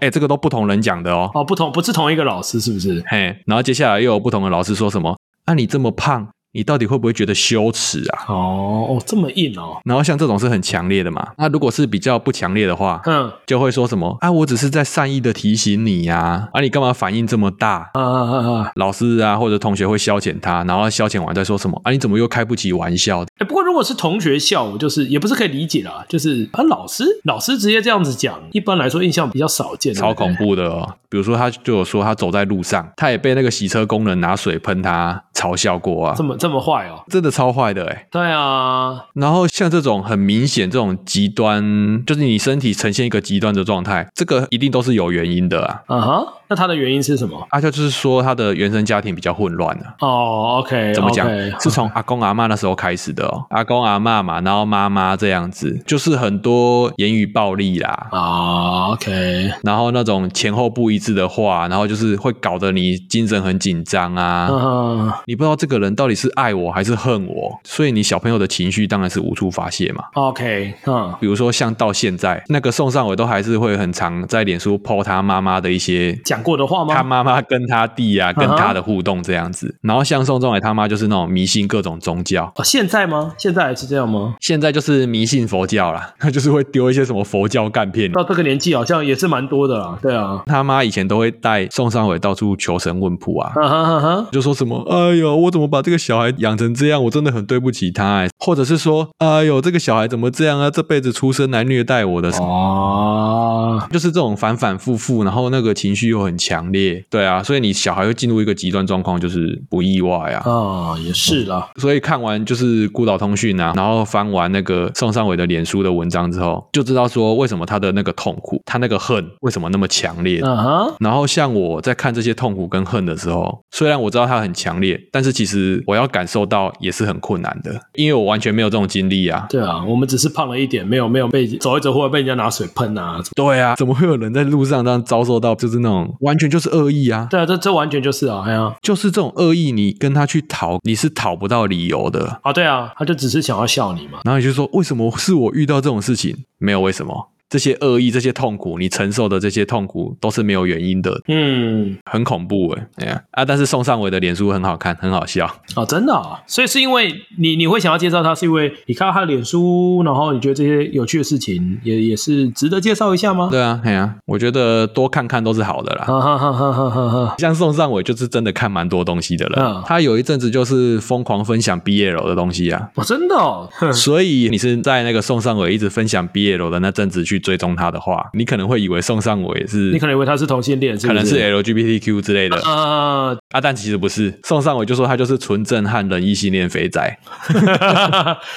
S1: 哎、
S2: 哦，
S1: 这个都不同人讲的哦。
S2: 哦，不同不是同一个老师是不是？
S1: 嘿，然后接下来又有不同的老师说什么？啊，你这么胖，你到底会不会觉得羞耻啊？
S2: 哦哦，这么硬哦，
S1: 然后像这种是很强烈的嘛。那如果是比较不强烈的话，
S2: 嗯
S1: 就会说什么啊，我只是在善意的提醒你呀、啊，你干嘛反应这么大？
S2: 啊啊啊啊！
S1: 老师啊或者同学会消遣他，然后消遣完再说什么啊，你怎么又开不起玩笑？
S2: 哎，不过如果是同学校，我就是也不是可以理解啦，就是啊，老师老师直接这样子讲，一般来说印象比较少见，
S1: 超
S2: 对
S1: 恐
S2: 不对。
S1: 怖的哦！比如说，他就有说他走在路上，他也被那个洗车工人拿水喷他，嘲笑过啊
S2: 这，么这么坏哦？
S1: 真的超坏的哎。
S2: 对啊，
S1: 然后像这种很明显这种极端，就是你身体呈现一个极端的状态，这个一定都是有原因的啊。
S2: 啊哈，那他的原因是什么？
S1: 阿、啊、就就是说他的原生家庭比较混乱啊。
S2: 哦，OK，
S1: 怎么讲
S2: OK，
S1: 是从阿公阿妈那时候开始的哦，阿公阿妈嘛，然后妈妈这样子，就是很多言语暴力啦，
S2: 啊，OK，
S1: 然后那种前后不一致的话，然后就是会搞得你精神很紧张啊，
S2: 嗯、
S1: 你不知道这个人到底是爱我还是恨我，所以你小朋友的情绪当然是无处发泄嘛。
S2: o k 嗯，
S1: 比如说像到现在，那个宋尚伟都还是会很常在脸书 po 他妈妈的一些。
S2: 讲过的话
S1: 他
S2: 吗？
S1: 妈妈跟他弟啊，
S2: 哼
S1: 跟他的互动这样子，然后像宋仲伟他妈就是那种迷信各种宗教，
S2: 哦，现在吗？现在还是这样吗？
S1: 现在就是迷信佛教啦，他就是会丢一些什么佛教干片。
S2: 到这个年纪好像也是蛮多的啦，对啊，
S1: 他妈以前都会带宋尚伟到处求神问卜啊，
S2: 哈哈哈哈，
S1: 就说什么“哎呦，我怎么把这个小孩养成这样？我真的很对不起他、欸。”或者是说“哎呦，这个小孩怎么这样啊？这辈子出生来虐待我的。
S2: 哦，
S1: 就是这种反反复复，然后那个情绪又很强烈，对啊，所以你
S2: 嗯
S1: 小孩会进入一个极端状况，就是不意外啊。
S2: 啊，也是啦，
S1: 所以看完就是《孤岛通讯啊，然后翻完那个宋尚伟的脸书的文章之后，就知道说为什么他的那个痛苦，他那个恨为什么那么强烈。
S2: 嗯哼，
S1: 然后像我在看这些痛苦跟恨的时候，虽然我知道它很强烈，但是其实我要感受到也是很困难的，因为我完全没有这种经历啊。
S2: 对啊，我们只是胖了一点，没有没有被走一走，或者被人家拿水喷啊。
S1: 对啊，怎么会有人在路上这样遭受到就是那种完全就是恶意啊？
S2: 对啊，这这完全就是啊，哎呀、
S1: 就是这种恶意，你跟他去讨，你是讨不到理由的。
S2: 啊，对啊，他就只是想要笑你嘛。
S1: 然后你就说，为什么是我遇到这种事情？没有为什么，这些恶意、这些痛苦，你承受的这些痛苦都是没有原因的，
S2: 嗯，
S1: 很恐怖哎、哎呀啊！但是宋尚伟的脸书很好看，很好笑。
S2: 啊，真的、啊，所以是因为你你会想要介绍他，是因为你看到他的脸书，然后你觉得这些有趣的事情也也是值得介绍一下吗？
S1: 对啊，哎哦呀、我觉得多看看都是好的啦。
S2: 哈哈哈哈哈哈哈！
S1: 像宋尚伟就是真的看蛮多东西的人，
S2: 嗯
S1: 他有一阵子就是疯狂分享 BL 的东西啊，
S2: 我真的、哦，哼
S1: 所以你是在那个宋尚伟一直分享 BL 的那阵子去追踪他的话，你可能会以为宋尚伟是
S2: 你可能以为他是同性恋，是
S1: 可
S2: 不
S1: 能
S2: *laughs*
S1: 是 LGBTQ 之类的
S2: 啊，
S1: 啊，但其实不是。宋尚伟就说他就是纯正汉人异性恋肥仔，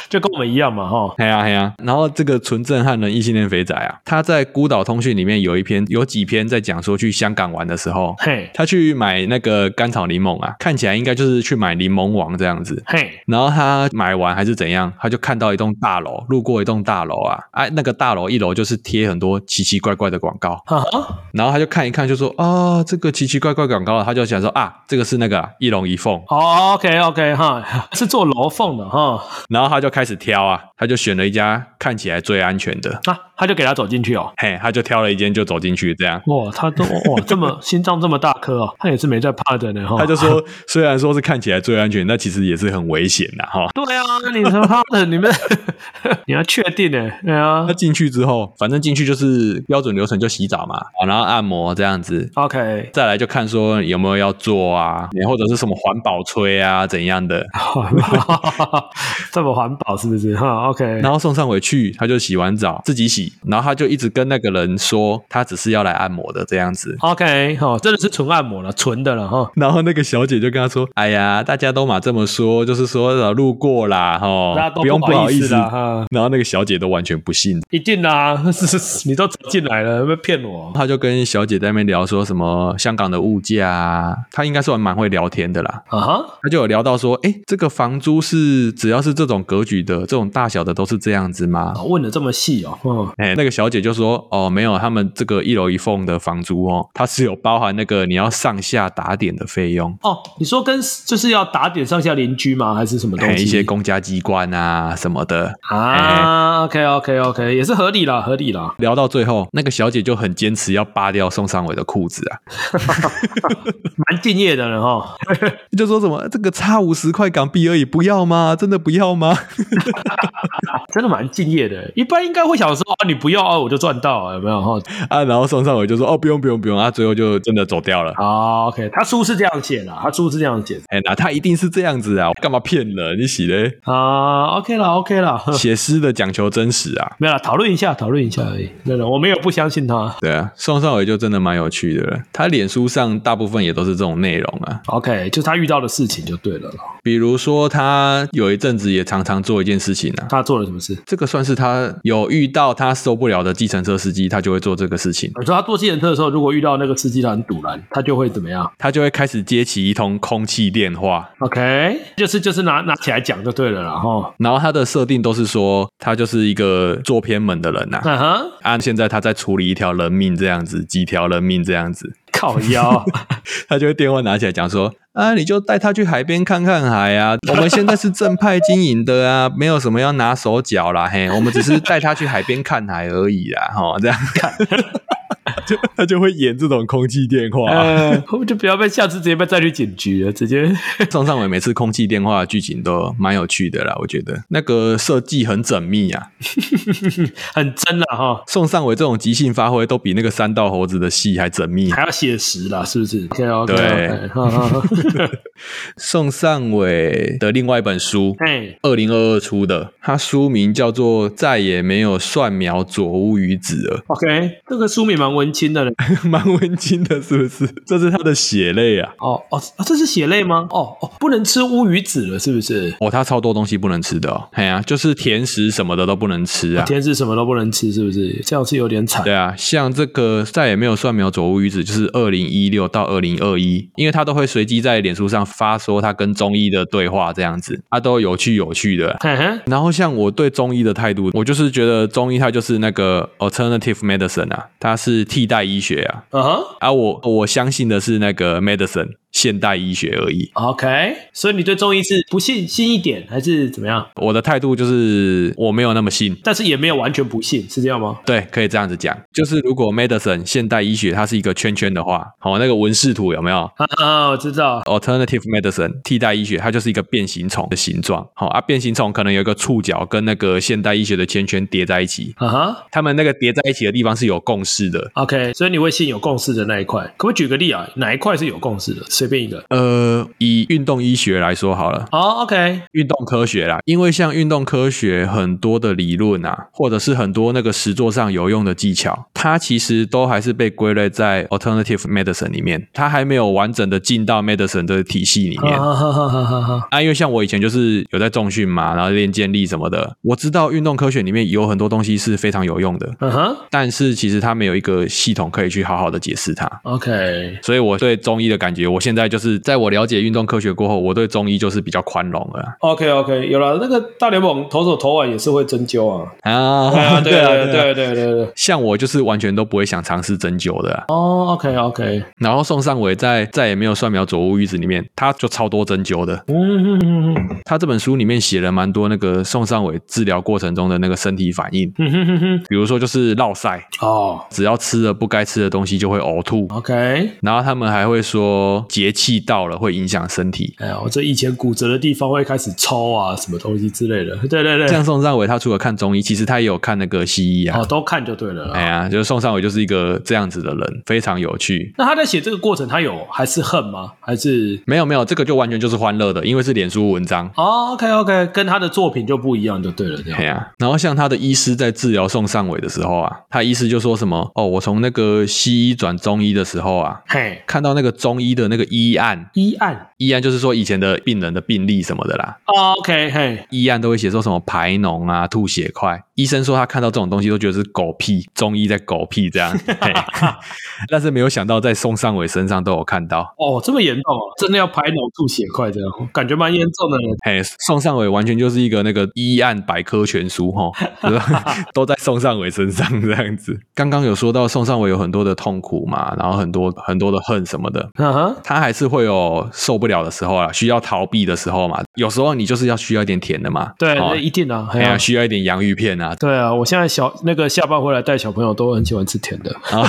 S2: 就跟我们一样嘛，哈。
S1: 嘿呀嘿呀。然后这个纯正汉人异性恋肥仔啊，他在孤岛通讯里面有一篇有几篇在讲说去香港玩的时候。
S2: 嘿，
S1: 他去买那个甘草柠檬啊，看起来应该就是去买柠檬王这样子。
S2: 嘿，
S1: 然后他买完还是怎样，他就看到一栋大楼，路过一栋大楼啊，哎、那个大楼一楼就是贴很多奇奇怪怪的广告，
S2: 哈哈，
S1: 然后他就看一看，就说啊、这个奇奇怪怪广告，他就想说啊，这个是那个啊一龙一凤，
S2: 哦，OK OK 哈，是做楼缝的哈，
S1: 然后他就开始挑啊，他就选了一家看起来最安全的，
S2: 啊，他就给他走进去哦。
S1: 嘿，他就挑了一间就走进去，这样。
S2: 哇，他都哇这 *laughs* 么心脏这么大颗哦，他也是没在怕的呢哈。
S1: 他就说，虽然说是看起来最安全，但其实也是很危险的哈。
S2: 对啊，你他妈的，你 *laughs* 们你要确定呢？对啊
S1: 他进去之后，反正进去就是标准流程，就洗澡嘛，啊然后按摩这样子，
S2: ，OK， *laughs*
S1: 再来就看说有没有要做啊，或者是什么环保吹啊怎样的。
S2: 环保这么环保是不是哈？OK，
S1: 然后送上回去，他就洗完澡自己洗，然后他就一直跟那个人说他只是要来按摩的这样子。
S2: OK，哦，真的是纯按摩了，纯的了哈。
S1: 然后那个小姐就跟他说：“哎呀，大家都嘛这么说，就是说呃路过啦，吼
S2: 大家，都
S1: 用
S2: 哦不好
S1: 好
S2: 意
S1: 思。
S2: 啦，”哈，
S1: 然后那个小姐都完全不信，
S2: 一定啦， *laughs* 你都走进来了，有没有骗我？
S1: 他就跟小姐在那边聊说什么香港的物价啊，他应该算蛮会聊天的啦。
S2: 啊哈，
S1: 他就有聊到说，哎，这个房租是只要是这种格局的、这种大小的都是这样子吗？
S2: 啊问的这么细哦，嗯，
S1: 哎，那个小姐就说，哦，没有，他们这个一楼一缝的房租哦，它是有包含那个你要上下打点的费用，
S2: 哦，你说跟就是要打点上下邻居吗？还是什么
S1: 哎，
S2: 东西？
S1: 一些公哎家机关啊什么的。
S2: 啊，OK OK OK，也是合理啦，合理啦。
S1: 聊到最后，那个小姐就很坚持要扒掉宋尚伟的裤子啊，
S2: 蛮敬业的人哈。
S1: 就说什么这个差五十块港币而已，不要吗？真的不要吗？ *laughs*
S2: *laughs* 真的蛮敬业的。一般应该会想说啊，你不要啊，我就赚到啊，有没有哈？
S1: 啊，然后宋尚伟就说哦，不用不用不用，啊，最后就真的走掉了。
S2: 啊，OK，他书是这样写的，啊他书是这样写的
S1: 哎，那他一定是这样子啊，干嘛骗人？你洗 *laughs* 嘞？
S2: 啊，OK 啦，OK 啦，
S1: 写诗的讲求真实啊。
S2: *laughs* 没有啦，讨论一下，讨论一下而已。真的，我没有不相信他。
S1: 对啊，宋少伟就真的蛮有趣的了。他脸书上大部分也都是这种内容啊，
S2: OK，就他遇到的事情就对了啦。
S1: 比如说他有一阵子也常常做一件事情啊，
S2: 他做了什么事？
S1: 这个算是他有遇到他受不了的计程车司机，他就会做这个事情，
S2: 我说他坐计程车的时候，如果遇到那个司机他很堵拦，他就会怎么样
S1: 他就会开始接起一通空气电话。
S2: ？OK，就是就是拿拿起来讲就对了啦哈。
S1: 然后他的设定都是说，他就是一个做偏门的人呐、啊。
S2: 嗯哼，
S1: 按、现在他在处理一条人命这样子，几条人命这样子，
S2: 靠腰。
S1: 他就会电话拿起来讲说：“啊，你就带他去海边看看海啊，我们现在是正派经营的啊，没有什么要拿手脚啦，嘿，我们只是带他去海边看海而已啦，哈，这样看。” *laughs* 就他就会演这种空气电话、
S2: 呃， *laughs* 我们就不要被下次直接被带去警局了，直接
S1: 宋尚伟每次空气电话的剧情都蛮有趣的啦，我觉得那个设计很缜密啊。
S2: 很真了哈，
S1: 宋尚伟这种即兴发挥都比那个三道猴子的戏还缜密。啊
S2: 还要写实啦，是不是？OK OK， *laughs*
S1: 对
S2: OK，
S1: 宋尚伟的另外一本书，
S2: 哎，
S1: 二零二二出的，它书名叫做《再也没有蒜苗佐乌鱼子了
S2: OK，这个书名蛮文青的嘞。》，
S1: *laughs* 蛮温馨的，是不是？这是他的血泪啊！
S2: 哦哦，啊这是血泪吗？哦哦，不能吃乌鱼子了，是不是？
S1: 哦，他超多东西不能吃的、哦，哎呀、就是甜食什么的都不能吃啊。
S2: 天是什么都不能吃，是不是？这样是有点惨。
S1: 对啊，像这个再也没有蒜苗佐乌鱼子，就是二零一六到二零二一，因为他都会随机在脸书上发说他跟中医的对话这样子，他都有趣有趣的。啊
S2: 嘿嘿，
S1: 然后像我对中医的态度，我就是觉得中医它就是那个 alternative medicine 啊，它是替代医学啊，
S2: 嗯哼
S1: 而、我我相信的是那个 medicine 现代医学而已。
S2: ，OK。所以你对中医是不信信一点，还是怎么样？
S1: 我的态度就是我没有那么信，
S2: 但是也没有完全不信，是这样吗？
S1: 对，可以这样子讲，就是如果 medicine 现代医学它是一个圈圈的话，好、那个文氏图有没有？
S2: 啊啊，我知道。
S1: alternative medicine 替代医学，它就是一个变形虫的形状。好、啊，变形虫可能有一个触角跟那个现代医学的圈圈叠在一起，
S2: 啊哈
S1: 它们那个叠在一起的地方是有共识的。
S2: ，OK。所以你会信有共识的那一块，可不可以举个例啊？哪一块是有共识的？随便一个。
S1: 呃，以运动医学来说好了，
S2: 哦，OK。
S1: 运动科学啦，因为像运动科学很多的理论啊，或者是很多那个实作上有用的技巧，它其实都还是被归类在 alternative medicine 里面，它还没有完整的进到 medicine 的体系里面。
S2: 哈哈哈哈哈哈。
S1: 啊，因为像我以前就是有在重训嘛，然后练健力什么的，我知道运动科学里面有很多东西是非常有用的，
S2: 嗯哼
S1: 但是其实它没有一个系统可以去好好的解释它。
S2: ，OK。
S1: 所以我对中医的感觉，我现在就是在我了解运动科学过后，我对中医就是比较宽容了啊
S2: OK OK，有了那个大联盟投手投完也是会针灸啊，
S1: 啊。
S2: *laughs* 对对对对对对，
S1: 像我就是完全都不会想尝试针灸的啊、
S2: 哦，OK OK，
S1: 然后宋尚伟在再也没有蒜苗佐乌鱼子里面，他就超多针灸的。
S2: 嗯嗯嗯嗯
S1: 他这本书里面写了蛮多那个宋尚伟治疗过程中的那个身体反应，
S2: 嗯哼哼，
S1: 比如说就是落腮，
S2: 哦
S1: 只要吃了不该吃的东西就会呕吐。
S2: ，OK，
S1: 然后他们还会说节气到了会影响身体。
S2: 哎呀，我这以前骨折的地方会开始抽啊，什么东西之类的，对对对，
S1: 像宋尚伟，他除了看中医，其实他也有看那个西医啊。
S2: 哦，都看就对了。
S1: 哎呀，就是宋尚伟就是一个这样子的人，非常有趣。
S2: 那他在写这个过程，他有还是恨吗？还是
S1: 没有没有，这个就完全就是欢乐的，因为是脸书文章。
S2: 哦，OK OK，跟他的作品就不一样，就对了，这样
S1: 哎。呀，然后像他的医师在治疗宋尚伟的时候啊，他医师就说什么哦，我从那个西医转中医的时候啊，
S2: 嘿，
S1: 看到那个中医的那个医案，
S2: 医案
S1: 医案就是说以前的病人的病历什么的啦，
S2: 哦，OK，嘿，
S1: 医案都会写说什么排脓啊、吐血块。医生说他看到这种东西都觉得是狗屁，中医在狗屁这样。嘿但是没有想到在宋尚伟身上都有看到。
S2: 哦，这么严重哦，真的要排脑吐血块这样，感觉蛮严重的呢。
S1: 嘿，宋尚伟完全就是一个那个医案百科全书
S2: *laughs*
S1: 哈，就是 *laughs* 都在宋尚伟身上这样子。刚刚有说到宋尚伟有很多的痛苦嘛，然后很多很多的恨什么的，
S2: 嗯哼，
S1: 他还是会有受不了的时候啊，需要逃避的时候嘛。有时候你就是要需要一点甜的嘛，
S2: 对，
S1: 哦
S2: 那一定啊，
S1: 哎
S2: 嘿
S1: 呀，
S2: 啊。
S1: 需要一点洋芋片啊，
S2: 对啊，我现在小那个下班回来带小朋友都很喜欢吃甜的。
S1: 啊，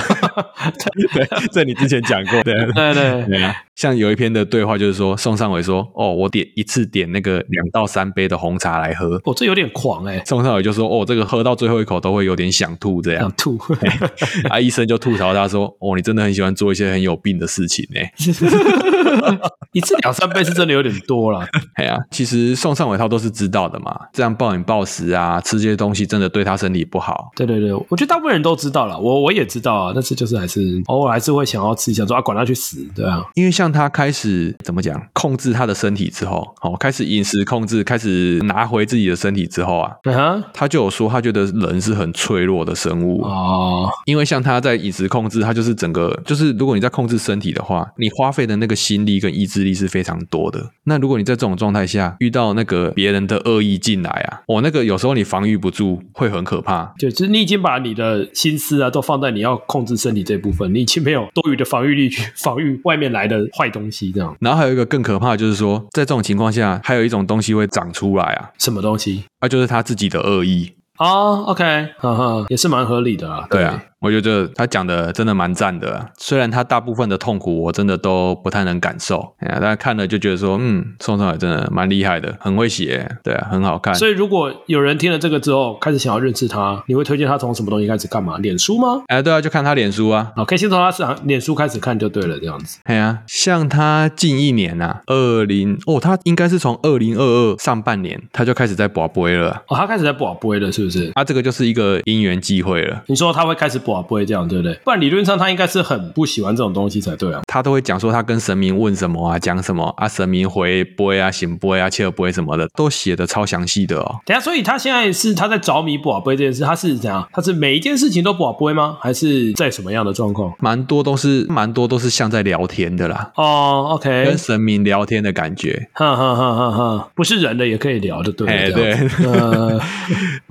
S1: 对，这你之前讲过，对。
S2: *laughs* 对对， *laughs*
S1: 对啊，像有一篇的对话就是说，宋尚伟说：“哦，我点一次点那个两到三杯的红茶来喝。
S2: 我、这有点狂哎、”
S1: 宋尚伟就说：“哦，这个喝到最后一口都会有点想吐这
S2: 想
S1: 样。
S2: 吐。
S1: *laughs* 啊，医生就吐槽他说：“哦，你真的很喜欢做一些很有病的事情呢、
S2: *laughs*
S1: 欸
S2: 一次两三杯是真的有点多了。
S1: 哎呀、其实宋尚伟他都是知道的嘛，这样暴饮暴食啊，吃这些东西真的对他身体不好。
S2: 对对对，我觉得大部分人都知道了，我我也知道啊，但是就是还是偶尔还是会想要吃一下，说啊管他去死，对啊。
S1: 因为像他开始怎么讲，控制他的身体之后，哦，开始饮食控制，开始拿回自己的身体之后啊，
S2: 嗯哼，
S1: 他就有说，他觉得人是很脆弱的生物，
S2: 哦，
S1: 因为像他在饮食控制，他就是整个就是，如果你在控制身体的话，你花费的那个心力跟意志力是非常多的。那如果你在这种状态下遇到那个别人的恶意进来啊，哦，那个有时候你防御不住，会很可怕。
S2: 就就是你已经把你的心思啊都放在你要控制身体这部分，你已经没有多余的防御力去防御外面来的坏东西，这样
S1: 然后还有一个更可怕，的就是说，在这种情况下，还有一种东西会长出来啊，
S2: 什么东西
S1: 那、就是他自己的恶意。
S2: 哦 o k 哈哈，也是蛮合理的啊。
S1: 对啊，我觉得他讲的真的蛮赞的，啊虽然他大部分的痛苦我真的都不太能感受，哎呀，但看了就觉得说，嗯，宋少爷真的蛮厉害的，很会写，对啊，很好看。
S2: 所以如果有人听了这个之后开始想要认识他，你会推荐他从什么东西开始干嘛？脸书吗？
S1: 哎，对啊，就看他脸书啊，
S2: 啊，可以先从他上脸书开始看就对了，这样子。
S1: 哎呀，像他近一年啊，二零哦，他应该是从二零二二上半年他就开始在播播了，啊
S2: 哦，他开始在播播了，是不是？
S1: 啊，这个就是一个因缘际会了。
S2: 你说他会开始播播这样，对不对？不然理论上他应该是很不喜欢这种东西才对啊。
S1: 他都会讲说他跟神明问什么啊，讲什么啊，神明回播啊，醒播啊，切播什么的，都写的超详细的哦。
S2: 等一下，所以他现在是他在着迷宝贝这件事，他是怎样？他是每一件事情都宝贝吗？还是在什么样的状况？
S1: 蛮多都是蛮多都是像在聊天的啦，
S2: 哦，OK，
S1: 跟神明聊天的感觉。
S2: 哈哈哈哈哈，不是人的也可以聊的，对
S1: 哎，
S2: 不对？
S1: 对，
S2: 呃，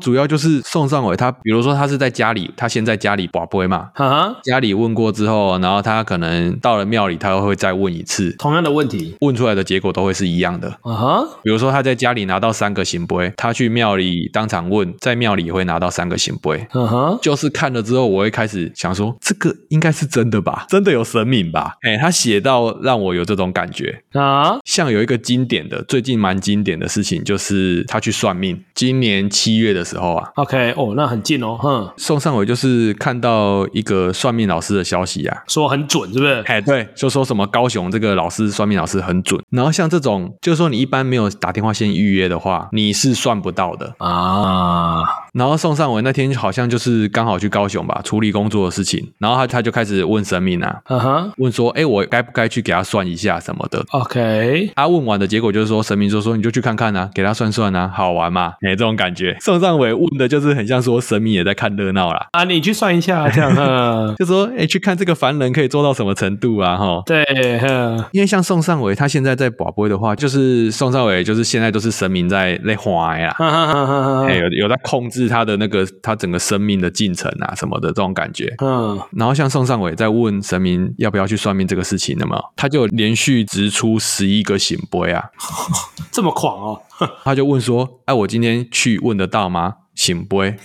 S1: 主要就是宋尚伟他，比如说他是在家里，他先在家里把播嘛，
S2: 哈哈，
S1: 家里问过之后，然后他可能到了庙里，他会再问一次，
S2: 同样的问题，
S1: 问出来的结果都会是一样的。
S2: 啊哈，
S1: 比如说他在家里拿到三个行杯，他去庙里当场问，在庙里也会拿到三个行杯。
S2: 啊哈，
S1: 就是看了之后，我会开始想说，这个应该是真的吧？真的有神明吧？哎、他写到让我有这种感觉。
S2: 啊，
S1: 像有一个经典的，最近蛮经典的事情，就是他去算命。今年七月的时候啊，
S2: OK，哦，那很近哦，哼，
S1: 宋尚伟就是看到一个算命老师的消息啊，
S2: 说很准是不是？
S1: 哎，对，就说什么高雄这个老师算命老师很准，然后像这种，就是说你一般没有打电话先预约的话，你是算不到的。
S2: 啊，
S1: 然后宋尚文那天好像就是刚好去高雄吧，处理工作的事情，然后他他就开始问神明啊，
S2: 哈哈
S1: 问说，哎，我该不该去给他算一下什么的。
S2: ，OK，
S1: 他、问完的结果就是说，神明就说你就去看看啊，给他算算啊，好玩嘛，哎，这种感觉。宋尚伟问的就是很像说神明也在看热闹啦，
S2: 啊，你去算一 *laughs* 下，这样，哼，
S1: 就说哎，去看这个凡人可以做到什么程度啊，哈，
S2: 对，哼，
S1: 因为像宋尚伟，他现在在广播的话，就是宋尚伟，就是现在都是神明在在花呀，
S2: 哈哈哈哈哈
S1: 哎、，有有在控制他的那个他整个生命的进程啊什么的这种感觉。
S2: 嗯，
S1: 然后像宋尚伟在问神明要不要去算命这个事情，那么他就连续直出十一个醒杯啊，
S2: 这么狂哦，
S1: 他就问说：“哎、我今天去问得到吗？醒杯，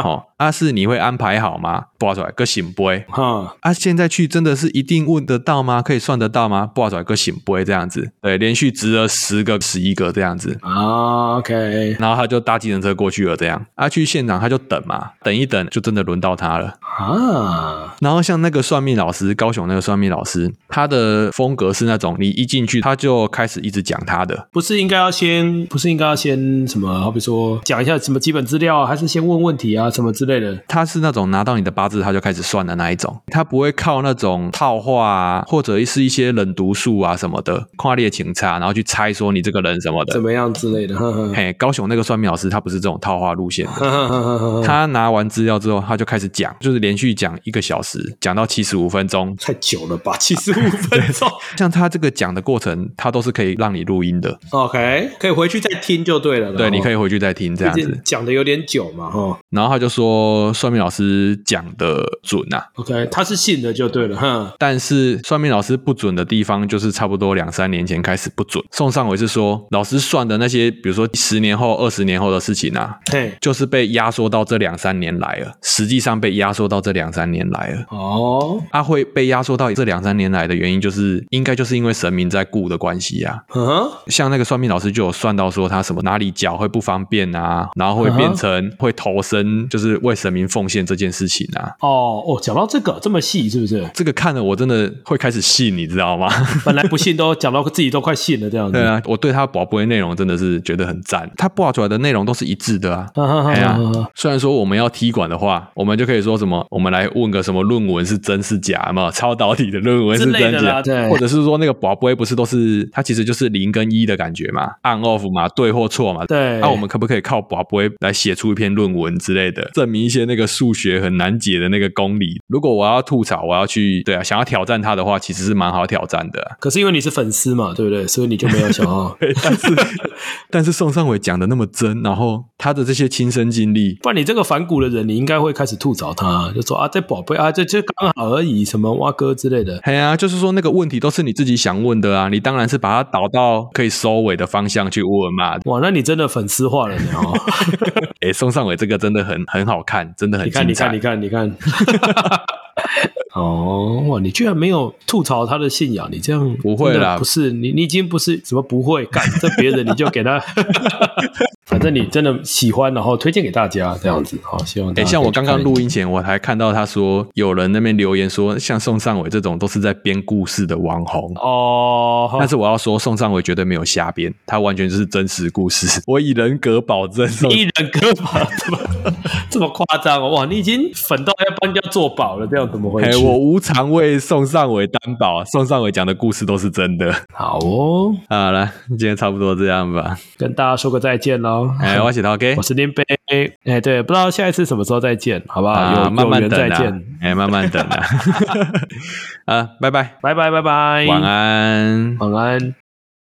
S1: 哦，阿、啊、是你会安排好吗？挂出来个醒杯。”
S2: 哈，
S1: 啊，现在去真的是一定问得到吗？可以算得到吗？不好找一个醒杯这样子，对，连续值了十个、十一个这样子。
S2: 啊，OK，
S1: 然后他就搭计程车过去了，这样啊，去现场他就等嘛，等一等就真的轮到他了。
S2: 啊，
S1: 然后像那个算命老师，高雄那个算命老师，他的风格是那种你一进去他就开始一直讲他的，
S2: 不是应该要先，不是应该要先什么？好比说讲一下什么基本资料啊，还是先问问题啊，什么之类的？
S1: 他是那种拿到你的八字他就开始算的那一种，他不会靠那种套话啊，或者是一些冷读术啊什么的跨列情差，然后去猜说你这个人什么的
S2: 怎。么样之类的？哈哈，
S1: 嘿，高雄那个算命老师他不是这种套话路线的，
S2: 哈哈哈哈哈，
S1: 他拿完资料之后，他就开始讲，就是连续讲一个小时，讲到七十五分钟。
S2: 太久了吧，七十五分
S1: *laughs*
S2: 钟。
S1: 像他这个讲的过程，他都是可以让你录音的，
S2: OK，可以回去再听就对了哦啦。
S1: 对，你可
S2: 以
S1: 以回去再听这样子。
S2: 讲的有点久嘛，哈。
S1: 然后他就说，算命老师讲的准啊，
S2: OK，他是信的就对了，哈。
S1: 但是算命老师不准的地方，就是差不多两三年前开始不准。宋尚伟是说，老师算的那些，比如说十年后、二十年后的事情啊，
S2: 嘿，
S1: 就是被压缩到这两三年来了，实际上被压缩到这两三年来了。
S2: 哦，
S1: 它会被压缩到这两三年来的原因，就是应该就是因为神明在顾的关系啊。
S2: 嗯哼，
S1: 像那个算命老师就有算到说他什么哪里脚会不方便啊，然后会变成会投身，就是为神明奉献这件事情啊。
S2: 哦哦，讲到这个这么细，是
S1: *laughs*？
S2: 不是
S1: 这个看了我真的会开始信，你知道吗？
S2: 本来不信都讲到自己都快信了这样子。
S1: *laughs* 对啊，我对他广播的内容真的是觉得很赞，他播出来的内容都是一致的啊。
S2: 哈哈哈
S1: 哎呀
S2: 哈哈，
S1: 虽然说我们要踢馆的话，我们就可以说什么，我们来问个什么论文是真是假嘛？超导体的论文是
S2: 之类
S1: 真
S2: 的
S1: 假
S2: 啦，对
S1: 或者是说那个宝贝不是都是它其实就是零跟一的感觉嘛，on off 嘛，对或错嘛。
S2: 对。
S1: 那、我们可不可以靠宝贝来写出一篇论文之类的，证明一些那个数学很难解的那个公理？如果我要吐槽，我要去对啊，想要挑战它的话，其实是蛮好挑战的啊、，
S2: *laughs* 可是因为你是粉丝嘛，对不对？所以你就没有想
S1: *laughs*
S2: 要哦
S1: 对，但是但是宋尚伟讲的那么真，然后他的这些亲身经历，
S2: 不然你这个反骨的人，你应该会开始吐槽他，就说啊，这宝贝啊，这这刚好而已，什么蛙哥之类的。
S1: 哎呀、就是说那个问题都是你自己想问的啊，你当然是把它导到可以收尾的方向去问嘛。
S2: 哇，那你真的粉丝化了呢哦！
S1: 哎、宋尚伟这个真的很很好看，真的很
S2: 你看，你
S1: 精彩。
S2: 看，你看，你
S1: *laughs*
S2: 看。哦，哇！你居然没有吐槽他的信仰，你这样
S1: 不会啦
S2: 真的不是你，你已经不是什么不会干，这别人你就给他， *laughs* 反正你真的喜欢，然后推荐给大家这样子。好，希望
S1: 哎、
S2: 大家
S1: 像
S2: 可以
S1: 我
S2: 去
S1: 刚
S2: 看
S1: 刚
S2: 一
S1: 录音前，我还看到他说有人那边留言说，像宋尚伟这种都是在编故事的网红。
S2: 哦，
S1: 但是我要说，宋尚伟绝对没有瞎编，他完全就是真实故事。 *laughs* 我以人格保证，宋
S2: *laughs* 一人歌法这么这么夸张哦！哇，你已经粉到要帮人家做保了，这样怎么回
S1: 哎、
S2: 事？
S1: 我无偿为宋尚伟担保，宋尚伟讲的故事都是真的。 *laughs*
S2: 好哦，
S1: 好了，今天差不多这样吧。跟
S2: 跟大家说个再见喽。
S1: 哎、我写到 OK，
S2: 我是林北，哎，对，不知道下一次什么时候再见，好不好？有
S1: 慢慢
S2: 有缘
S1: 等
S2: 再
S1: 啊
S2: 见，，
S1: 哎、慢慢 *laughs*
S2: *laughs*
S1: 等啊。啊，拜拜，
S2: 拜拜拜拜，
S1: 晚，安。
S2: 晚安。